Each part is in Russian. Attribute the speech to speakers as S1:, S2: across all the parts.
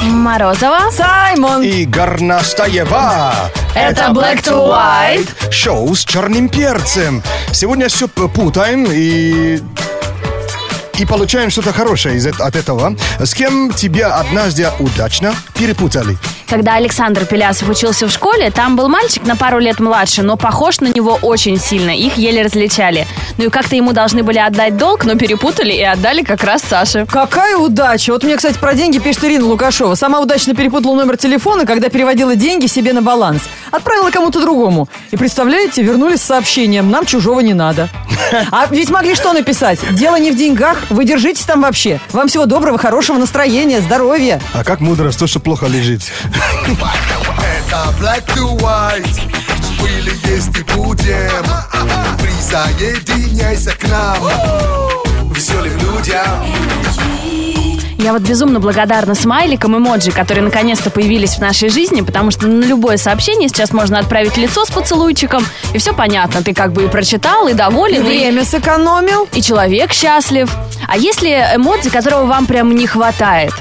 S1: Морозова.
S2: Саймон!
S3: и Горнастаева.
S1: Это Black to White.
S3: Шоу с черным перцем. Сегодня все путаем и... И получаем что-то хорошее из эт- от этого. С кем тебя однажды удачно перепутали?
S1: Когда Александр Пелясов учился в школе, там был мальчик на пару лет младше, но похож на него очень сильно, их еле различали. Ну и как-то ему должны были отдать долг, но перепутали и отдали как раз Саше.
S2: Какая удача! Вот мне, кстати, про деньги пишет Ирина Лукашова. Сама удачно перепутала номер телефона, когда переводила деньги себе на баланс. Отправила кому-то другому. И представляете, вернулись с сообщением. Нам чужого не надо. А ведь могли что написать? Дело не в деньгах. Вы держитесь там вообще. Вам всего доброго, хорошего настроения, здоровья.
S3: А как мудро, то, что плохо лежит.
S4: Это Black to White Были, есть и будем Присоединяйся к нам Веселым людям
S1: Я вот безумно благодарна смайликам эмоджи, которые наконец-то появились в нашей жизни, потому что на любое сообщение сейчас можно отправить лицо с поцелуйчиком, и все понятно. Ты как бы и прочитал, и доволен, и,
S2: Время сэкономил.
S1: и человек счастлив. А если эмодзи, которого вам прям не хватает?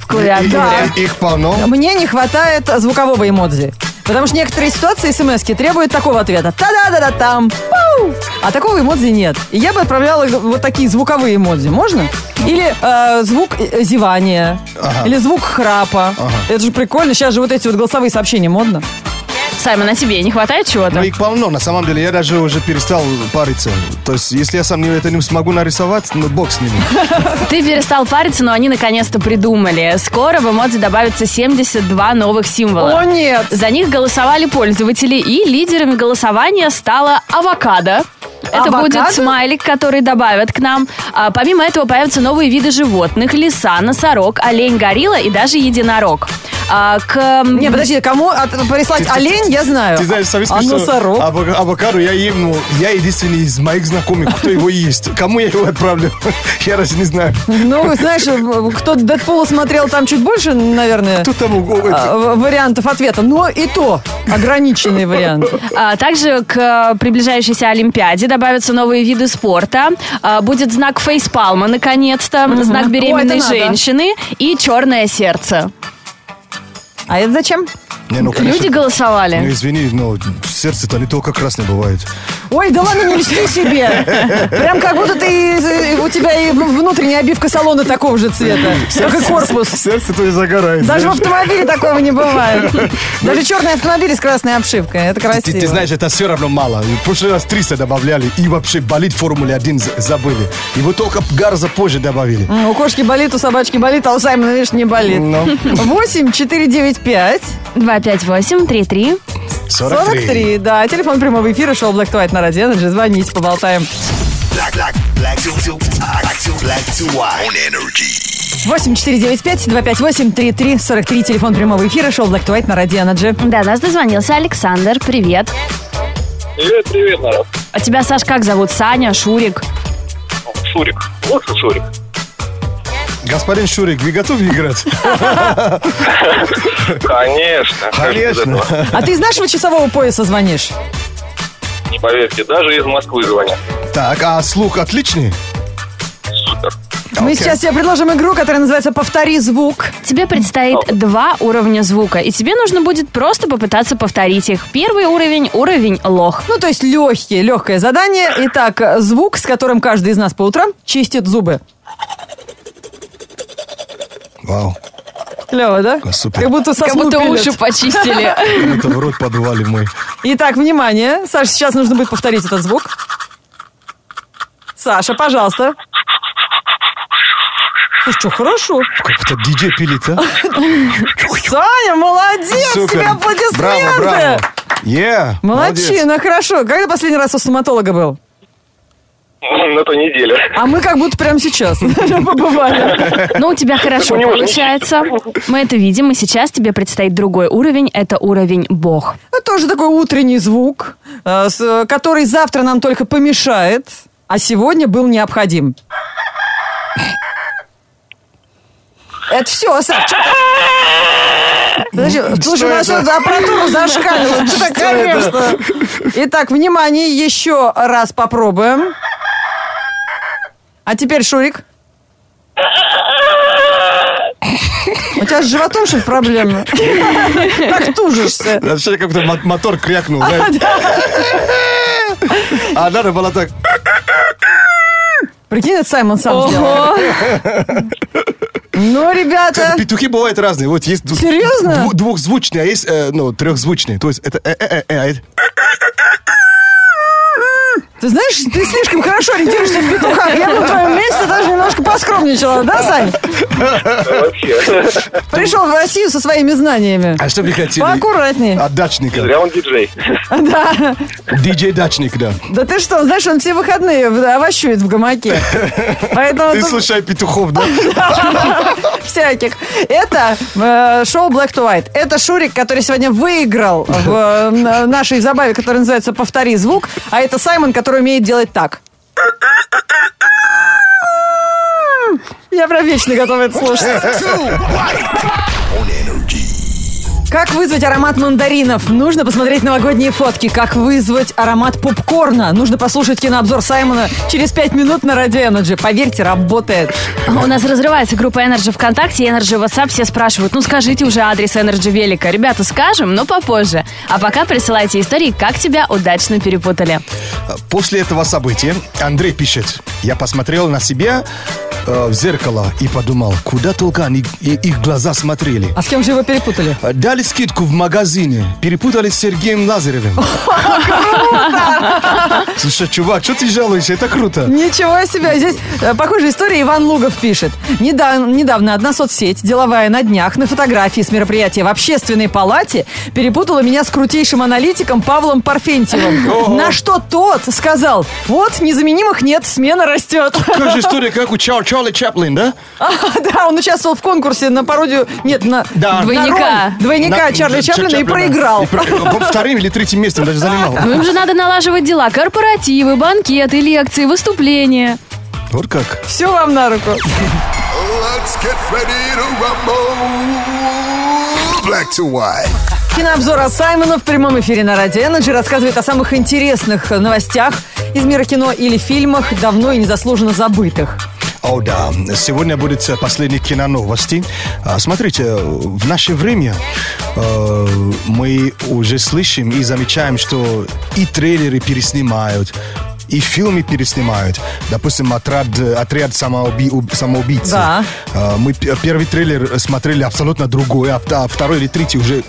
S1: В клавиатуре.
S3: И- и- Их полно.
S2: Мне не хватает звукового эмодзи. Потому что некоторые ситуации смс требуют такого ответа. Та-да-да-да-там. Пау! А такого эмодзи нет. И я бы отправляла вот такие звуковые эмодзи. Можно? Или э, звук э, зевания.
S3: Ага.
S2: Или звук храпа. Это же прикольно. Сейчас же вот эти вот голосовые сообщения модно.
S1: Саймон, а тебе не хватает чего-то?
S3: Но Ну, их полно, на самом деле. Я даже уже перестал париться. То есть, если я сам не- это не смогу нарисовать, ну, бог с ними.
S1: Ты перестал париться, но они наконец-то придумали. Скоро в эмодзи добавится 72 новых символа.
S2: О, нет!
S1: За них голосовали пользователи, и лидерами голосования стала авокадо. Это
S2: Авокадо?
S1: будет смайлик, который добавят к нам. А, помимо этого появятся новые виды животных. Лиса, носорог, олень, горилла и даже единорог. А, к... м,
S2: Не, подожди, кому от- прислать олень, я знаю.
S3: Ты знаешь, сами
S2: а
S3: смешно.
S2: носорог?
S3: Авока- Авокадо я ем, ну, я единственный из моих знакомых, кто его ест. Кому я его отправлю? Я даже не знаю.
S2: Ну, знаешь, кто Дэдпула смотрел, там чуть больше, наверное.
S3: Кто там угол? это?
S2: а, в- вариантов ответа, но и то ограниченный вариант.
S1: А, Также к э, приближающейся Олимпиаде добавятся новые виды спорта. А, Будет знак фейспалма, наконец-то, знак
S2: О,
S1: беременной
S2: это надо.
S1: женщины и черное сердце.
S2: А это зачем?
S3: Не, ну, конечно.
S1: Люди
S3: Ну,
S1: голосовали.
S3: извини, но сердце-то не только красное бывает.
S2: Ой, да ладно, не льсти себе. Прям как будто ты, э, у тебя и внутренняя обивка салона такого же цвета, как и корпус.
S3: Сердце то и загорает.
S2: Даже в
S3: знаешь.
S2: автомобиле такого не бывает. Даже черный автомобиль с красной обшивкой. Это
S3: Ты-
S2: красиво.
S3: ты, ты знаешь, это все равно мало. В прошлый раз 300 добавляли и вообще болит Формуле 1 з- забыли. Его только гарза позже добавили.
S2: М, У кошки болит, у собачки болит, а у Саймона, видишь, не болит.
S3: Ну.
S2: 8 495
S1: 258-33.
S3: 43.
S2: 43, да. Телефон прямого эфира, шоу Black to White на радио. Energy. Звоните, поболтаем.
S4: Black, black, black to, to, black to, black to white On energy
S2: 8495-258-3343, телефон прямого эфира, шоу Black to White на радио Energy.
S1: До нас дозвонился Александр. Привет.
S5: Привет, привет, народ.
S1: А тебя, Саш, как зовут? Саня, Шурик?
S5: Шурик. Лучше Шурик.
S3: Господин Шурик, вы готовы играть?
S5: Конечно. как же без
S3: Конечно.
S5: этого?
S2: А ты из нашего часового пояса звонишь?
S5: Не поверьте, даже из Москвы звонят.
S3: Так, а слух отличный?
S5: Супер.
S2: Мы
S3: Окей.
S2: сейчас тебе предложим игру, которая называется «Повтори звук».
S1: Тебе предстоит два уровня звука, и тебе нужно будет просто попытаться повторить их. Первый уровень – уровень лох.
S2: Ну, то есть легкие, легкое задание. Итак, звук, с которым каждый из нас по утрам чистит зубы.
S3: Вау.
S2: Клево, да?
S3: Супер.
S2: Как будто сосну
S1: Как будто
S2: пилят.
S1: уши почистили.
S3: Это в рот подували мой.
S2: Итак, внимание. Саша, сейчас нужно будет повторить этот звук. Саша, пожалуйста. Слушай, что, хорошо.
S3: Как-то диджей пилит, а?
S2: Саня, молодец! Тебе аплодисменты!
S3: Браво, браво. Yeah,
S2: Молодчина, хорошо. Когда последний раз у стоматолога был?
S5: На той неделе.
S2: А мы как будто прямо сейчас побывали.
S1: Ну, у тебя хорошо
S5: У него же
S1: получается. Мы это видим, и сейчас тебе предстоит другой уровень. Это уровень бог.
S2: Ну, Тоже такой утренний звук, э, с, э, который завтра нам только помешает, а сегодня был необходим. Это все, Саш, чё ты- Подожди, слушай, у нас
S3: это?
S2: тут аппаратура зашкалила. Что такое, конечно. Итак, внимание, еще раз попробуем. А теперь Шурик. У тебя с животом, что ли, проблемы? Так тужишься.
S3: Вообще как-то мо- мотор крякнул. да? А надо было так.
S2: Прикинь, это Саймон сам сделал.
S1: Ого!
S2: Ну, ребята,
S3: Петухи бывают разные. Вот есть дву-
S2: Серьезно?
S3: дву- двухзвучные, а есть э, ну, трехзвучные. То есть это э, э, э, э, а это-
S2: ты знаешь, ты слишком хорошо ориентируешься в петухах. Я бы на твоем месте даже немножко поскромничала, да, Сань?
S5: Вообще.
S2: Пришел в Россию со своими знаниями.
S3: А что вы хотели? А,
S2: Поаккуратнее.
S3: От дачника.
S5: Зря он диджей.
S2: Да.
S3: Диджей дачник, да.
S2: Да ты что, знаешь, он все выходные овощует в гамаке. Поэтому
S3: Ты
S2: А тут
S3: слушай петухов, да?
S2: всяких. Это э, шоу Black to White. Это Шурик, который сегодня выиграл в э, на- нашей забаве, которая называется «Повтори звук». А это Саймон, который умеет делать так. Я прям вечно готова это слушать.
S4: On energy.
S2: Как вызвать аромат мандаринов? Нужно посмотреть новогодние фотки. Как вызвать аромат попкорна? Нужно послушать кинообзор Саймона через 5 минут на Радио Energy. Поверьте, работает.
S1: У нас разрывается группа Energy ВКонтакте и Energy WhatsApp. Все спрашивают, ну скажите уже адрес Energy Велика. Ребята, скажем, но попозже. А пока присылайте истории, как тебя удачно перепутали.
S3: После этого события Андрей пишет, я посмотрел на себя э, в зеркало и подумал, куда только они и- их глаза смотрели.
S2: А с кем же его перепутали?
S3: Э, Дали скидку в магазине, перепутали с Сергеем Лазаревым. Слушай, чувак, что ты жалуешься? Это круто.
S2: Ничего себе! Здесь э, похожая история Иван Лугов пишет. Недавно, недавно одна соцсеть, деловая на днях, на фотографии с мероприятия в общественной палате перепутала меня с крутейшим аналитиком Павлом Парфентьевым. На что тот сказал, вот, незаменимых нет, смена растет.
S3: Такая же история, как у Чар- Чарли Чаплин, да?
S2: А, Да, он участвовал в конкурсе на пародию, нет, на
S3: Да.
S2: на
S1: Двойника.
S2: роль двойника
S3: На-
S2: Чарли
S3: Чар-
S2: Чаплина и проиграл.
S3: И проиграл. По-моему, Вторым или третьим местом даже занимал.
S1: Ну им же надо налаживать дела. Корпоративы, банкеты, лекции, выступления.
S3: Вот как.
S2: Все вам на руку.
S4: Let's get ready to rumble. Black to white.
S2: Кинообзор от Саймона в прямом эфире на Радио Energy рассказывает о самых интересных новостях из мира кино или фильмах, давно и незаслуженно забытых.
S3: О, да. Сегодня будет э, последний киноновости. А, Смотрите, э, в наше время э, мы уже слышим и замечаем, что и трейлеры переснимают, и фильмы переснимают. Допустим, отряд, отряд самоуби- уб- самоубийц.
S2: Да.
S3: Э, Мы п- первый трейлер смотрели абсолютно другой, а вта- а второй или третий уже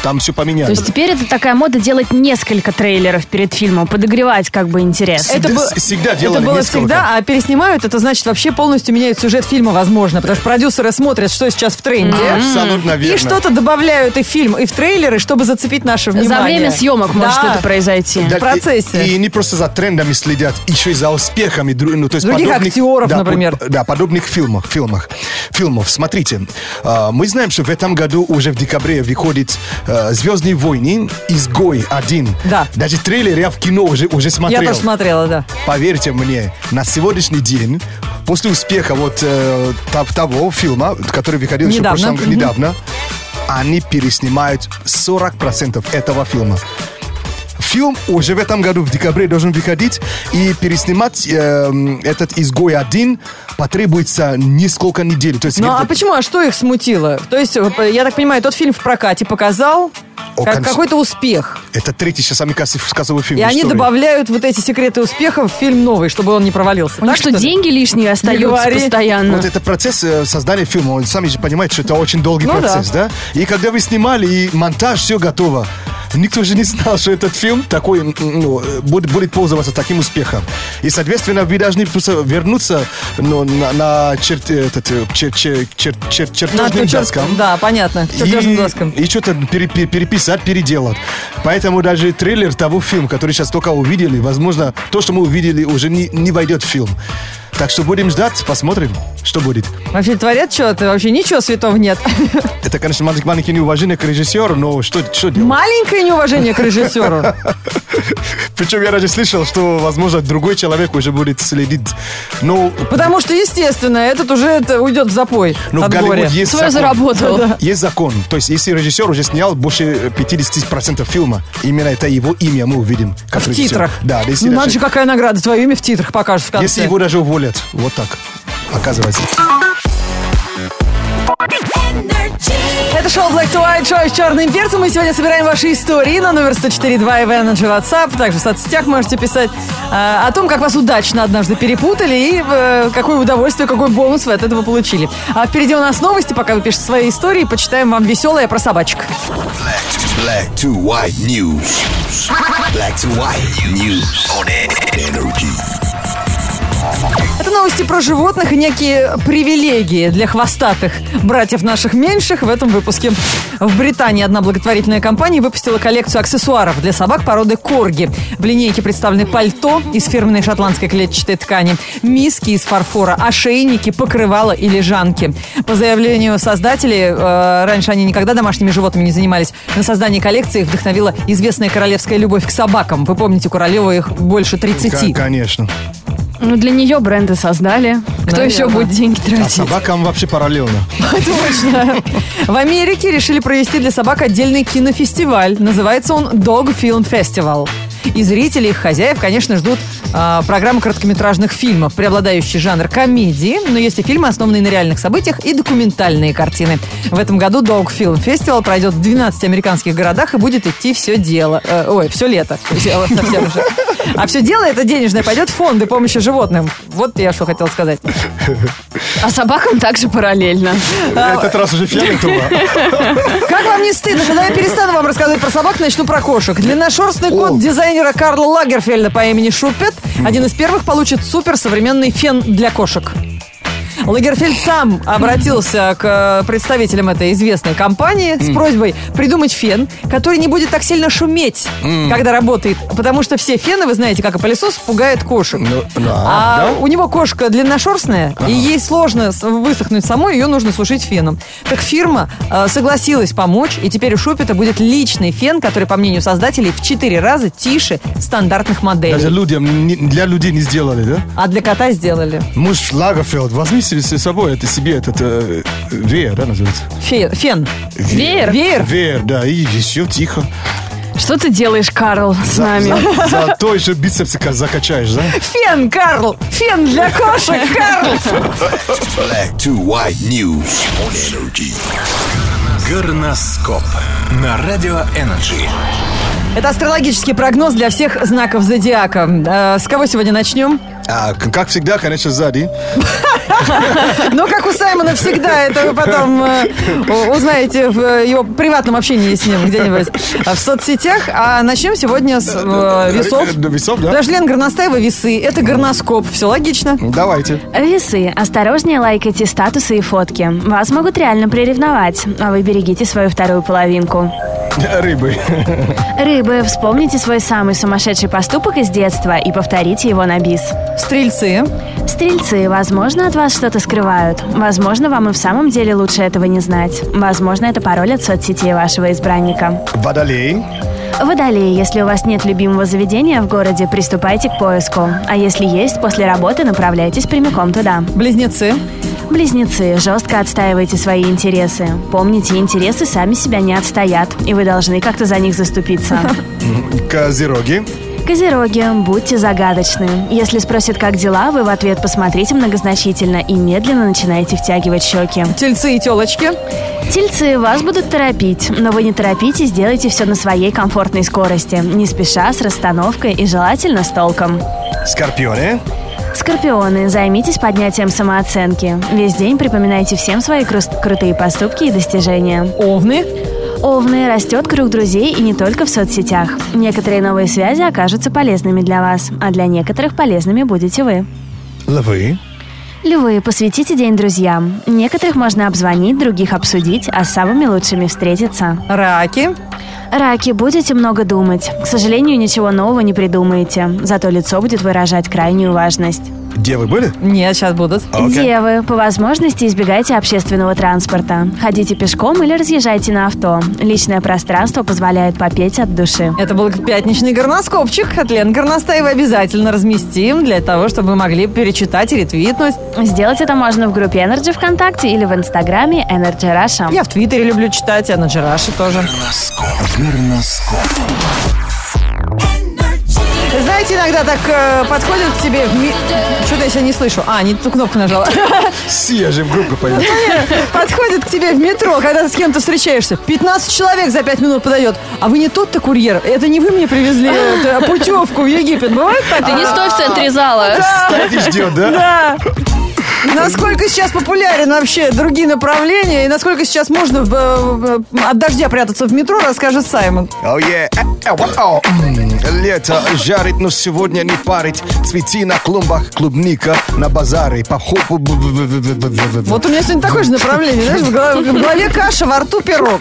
S3: там все
S1: То
S3: поменяли.
S1: есть теперь это такая мода делать несколько трейлеров перед фильмом, подогревать как бы интерес.
S3: Это
S2: было-
S3: всегда
S2: Это
S3: делали
S2: было
S3: несколько.
S2: всегда, а переснимают, это значит вообще полностью меняют сюжет фильма, возможно, потому что продюсеры смотрят, что сейчас в тренде.
S3: Абсолютно верно.
S2: И что-то добавляют и в фильм, и в трейлеры, чтобы зацепить наше внимание.
S1: За время съемок может
S2: Да.
S1: что-то произойти.
S3: Да,
S2: В процессе.
S3: И, и не просто за трендами следят, еще и за успехами. дру- ну, то есть
S2: Других
S3: подобных-
S2: актеров,
S3: да,
S2: например.
S3: под- да, подобных фильмах, фильмах, фильмов. Смотрите, э, мы знаем, что в этом году уже в декабре выходит э, «Звездные войны. Изгой один».
S2: Да.
S3: Даже трейлер я в кино уже, уже
S2: Я
S3: смотрел.
S2: тоже смотрела, да.
S3: Поверьте мне, на сегодняшний день, после успеха вот э, то- того фильма, который выходил еще в
S2: Недавно.
S3: прошлом году,
S2: Мгм.
S3: недавно, они переснимают 40% этого фильма. Фильм уже в этом году, в декабре, должен выходить. И переснимать эм, этот «Изгой один» потребуется несколько недель. То есть
S2: Ну а
S3: где-то-
S2: почему, а что их смутило? То есть, э, я так понимаю, тот фильм в прокате показал
S3: О,
S2: как-
S3: конечно.
S2: какой-то успех.
S3: это третий сейчас самый касс- кассовый фильм.
S2: И
S3: в
S2: они
S3: истории.
S2: добавляют вот эти секреты успеха в фильм новый, чтобы он не провалился.
S1: У них что,
S2: Ну ли?
S1: деньги лишние остаются
S2: говори.
S1: постоянно?
S3: Вот это процесс э, создания фильма, он сами же понимает, что это очень долгий
S2: Ну да.
S3: процесс, да. И когда вы снимали, и монтаж, все готово. Никто же не знал, что этот фильм такой, м, ну, э, будет, будет пользоваться таким успехом. И, соответственно, вы должны просто вернуться ну, на, на чер- э, этот, э, чер- чер- чер- чер-
S2: На
S3: чертежным
S2: чер-
S3: доскам.
S2: Да, понятно. Чертежным доскам.
S3: И, что-то пере- пере- переписать, переделать. Поэтому даже трейлер того фильма, который сейчас только увидели, возможно, то, что мы увидели, уже не, не войдет в фильм. Так что будем ждать, посмотрим, что будет.
S2: Вообще творят что-то, вообще ничего святого нет.
S3: Это, конечно, малень- маленькое неуважение к режиссеру, но что, что делать?
S2: Маленькое неуважение к режиссеру.
S3: Причем я даже слышал, что, возможно, другой человек уже будет следить. Но,
S2: Потому что, естественно, этот уже это уйдет в запой
S3: но Ну, в
S2: от горя.
S3: Голливуде есть
S1: Свое
S3: закон.
S1: заработал.
S3: Есть закон. То есть, если режиссер уже снял больше 50% фильма, именно это его имя мы увидим. Как
S2: В
S3: режиссер.
S2: титрах.
S3: Да, если
S2: Ну,
S3: даже-
S2: надо же, какая награда. Твое имя в титрах покажут в конце.
S3: Если его даже уволят, вот так, оказывается.
S6: energy.
S2: Это шоу Black to White, шоу с черным перцем. Мы сегодня собираем ваши истории на номер 104.2 и Energy WhatsApp. Также в соцсетях можете писать э, о том, как вас удачно однажды перепутали и э, какое удовольствие, какой бонус вы от этого получили. А впереди у нас новости, пока вы пишете свои истории. Почитаем вам веселое про собачек.
S4: Black to, black to white news. Black to white news on energy.
S2: Это новости про животных и некие привилегии для хвостатых братьев наших меньших в этом выпуске. В Британии одна благотворительная компания выпустила коллекцию аксессуаров для собак породы корги. В линейке представлены пальто из фирменной шотландской клетчатой ткани, миски из фарфора, ошейники, покрывала и лежанки. По заявлению создателей, э, раньше они никогда домашними животными не занимались, на создание коллекции их вдохновила известная королевская любовь к собакам. Вы помните, у королевы их больше 30.
S3: Кон- Конечно.
S7: Ну, для нее бренды создали. Кто
S2: Наверно.
S7: еще будет деньги
S3: А
S7: тратить?
S3: собакам вообще параллельно.
S2: Точно. В Америке решили провести для собак отдельный кинофестиваль. Называется он Dog Film Festival. И зрители, их хозяев, конечно, ждут а, программы короткометражных фильмов, преобладающий жанр комедии, но есть и фильмы, основанные на реальных событиях, и документальные картины. В этом году Dog Film Festival пройдет в 12 американских городах и будет идти все дело. э, ой, все лето. Всё дело совсем уже. А все дело это денежное пойдет в фонды помощи животным. Вот я что хотела сказать.
S7: А собакам также параллельно.
S3: Этот раз уже фиолетово.
S2: Как вам не стыдно, когда я перестану вам рассказывать про собак, начну про кошек. Длинношерстный кот
S3: О. Хм.
S2: дизайнера Карла Лагерфельда по имени Шупет один из первых получит суперсовременный фен для кошек. Лагерфельд сам обратился к э, представителям этой известной компании
S3: Хм.
S2: с просьбой придумать фен, который не будет так сильно шуметь,
S3: Хм.
S2: когда работает. Потому что все фены, вы знаете, как и пылесос, пугает кошек.
S3: Ну, да,
S2: А
S3: да.
S2: у него кошка длинношерстная, и ей сложно с- высохнуть самой, ее нужно сушить феном. Так фирма э, согласилась помочь, и теперь у Шопита будет личный фен, который, по мнению создателей, в 4 раза тише стандартных моделей.
S3: Даже людям, не- для людей не сделали, да?
S2: А для кота сделали
S3: Муж Лагерфелд, возьми себе с собой это себе этот э, веер, да, называется?
S2: Фе- фен.
S7: Веер?
S2: Веер.
S3: Веер, да, и все тихо.
S7: Что ты делаешь, Карл, с нами?
S3: За- Зато еще бицепсы ка- закачаешь, да?
S2: Фен, Карл! Фен для кошек, Карл!
S4: Black to white news on energy.
S8: Горноскоп на радио Энерджи.
S2: Это астрологический прогноз для всех знаков зодиака. Э, С кого сегодня начнем?
S3: А, к- как всегда, конечно, сзади.
S2: Ну, как у Саймона всегда, это вы потом э, у- узнаете в э, его приватном общении с ним где-нибудь э, в соцсетях. А начнем сегодня с э, весов.
S3: Э, э, Весов, да?
S2: Даже Лен Горностаева весы. Это горноскоп. Все логично.
S3: Давайте.
S1: Весы. Осторожнее лайкайте статусы и фотки. Вас могут реально приревновать, а вы берегите свою вторую половинку.
S3: Рыбы.
S1: Рыбы. Вспомните свой самый сумасшедший поступок из детства и повторите его на бис.
S2: Стрельцы.
S1: Стрельцы. Возможно, от вас что-то скрывают. Возможно, вам и в самом деле лучше этого не знать. Возможно, это пароль от соцсетей вашего избранника.
S3: Водолей.
S1: Водолеи. Если у вас нет любимого заведения в городе, приступайте к поиску. А если есть, после работы направляйтесь прямиком туда.
S2: Близнецы.
S1: Близнецы, жестко отстаивайте свои интересы. Помните, интересы сами себя не отстоят, и вы должны как-то за них заступиться.
S3: Козероги.
S1: Козероги, будьте загадочны. Если спросят, как дела, вы в ответ посмотрите многозначительно и медленно начинаете втягивать щеки.
S2: Тельцы и телочки.
S1: Тельцы, вас будут торопить, но вы не торопитесь, делайте все на своей комфортной скорости, не спеша, с расстановкой и желательно с толком.
S3: Скорпионы.
S1: Скорпионы, займитесь поднятием самооценки. Весь день припоминайте всем свои крус- крутые поступки и достижения.
S2: Овны.
S1: Овны растет круг друзей и не только в соцсетях. Некоторые новые связи окажутся полезными для вас, а для некоторых полезными будете вы.
S3: Львы.
S1: Львы, посвятите день друзьям. Некоторых можно обзвонить, других обсудить, а с самыми лучшими встретиться.
S2: Раки.
S1: Раки, будете много думать. К сожалению, ничего нового не придумаете, зато лицо будет выражать крайнюю важность.
S3: Девы были?
S2: Нет, сейчас будут.
S3: Окей.
S1: Девы, по возможности избегайте общественного транспорта. Ходите пешком или разъезжайте на авто. Личное пространство позволяет попеть от души.
S2: Это был пятничный горноскопчик от Лен Горностаева. Обязательно разместим для того, чтобы вы могли перечитать и ретвитнуть.
S1: Сделать это можно в группе Energy ВКонтакте или в Инстаграме Energy Russia.
S2: Я в Твиттере люблю читать, а на Джираше тоже.
S8: Горноскоп.
S2: Ты знаешь, знаете, иногда так э, подходят к тебе... в ми- Что-то я себя не слышу. А, не ту кнопку нажала.
S3: Си, я же в группу пойду.
S2: Подходят к тебе в метро, когда ты с кем-то встречаешься. 15 человек за 5 минут подает. А вы не тот-то курьер? Это не вы мне привезли это, путевку в Египет? Бывает так?
S9: Ты не стой в центре зала.
S3: Стоит и ждет, да?
S2: Да. Насколько сейчас популярен вообще другие направления и насколько сейчас можно в, э, в, от дождя прятаться в метро, расскажет Саймон.
S3: О, е. Э, э, вау. М, Лето жарит, но сегодня не парит. Цветы на клумбах, клубника на базаре. По хопу. б- б- б- б- б- б- б-
S2: Вот у меня сегодня такое же направление, знаешь, в голове, в голове каша, во рту пирог.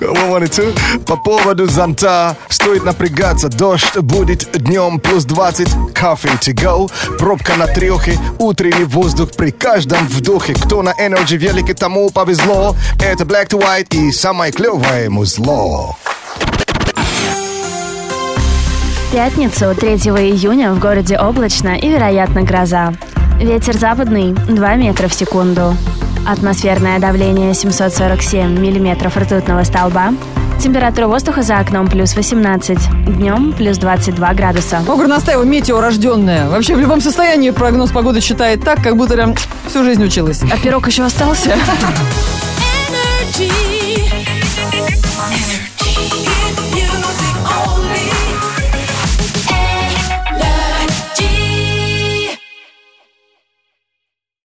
S3: One, one, two. По поводу зонта стоит напрягаться. Дождь будет днем плюс 20. Кофе to go. Пробка на трехе. Утренний воздух при каждом вдохе. Кто на Energy велике, тому повезло. Это Black to White и самое клевое музло.
S1: В пятницу, 3 июня, в городе облачно и, вероятно, гроза. Ветер западный 2 метра в секунду. Атмосферное давление 747 миллиметров ртутного столба. Температура воздуха за окном плюс 18. Днем плюс 22 градуса.
S2: Огр Настаева метеорожденная. Вообще в любом состоянии прогноз погоды считает так, как будто прям всю жизнь училась.
S9: А пирог еще остался?
S10: Energy. Energy. It used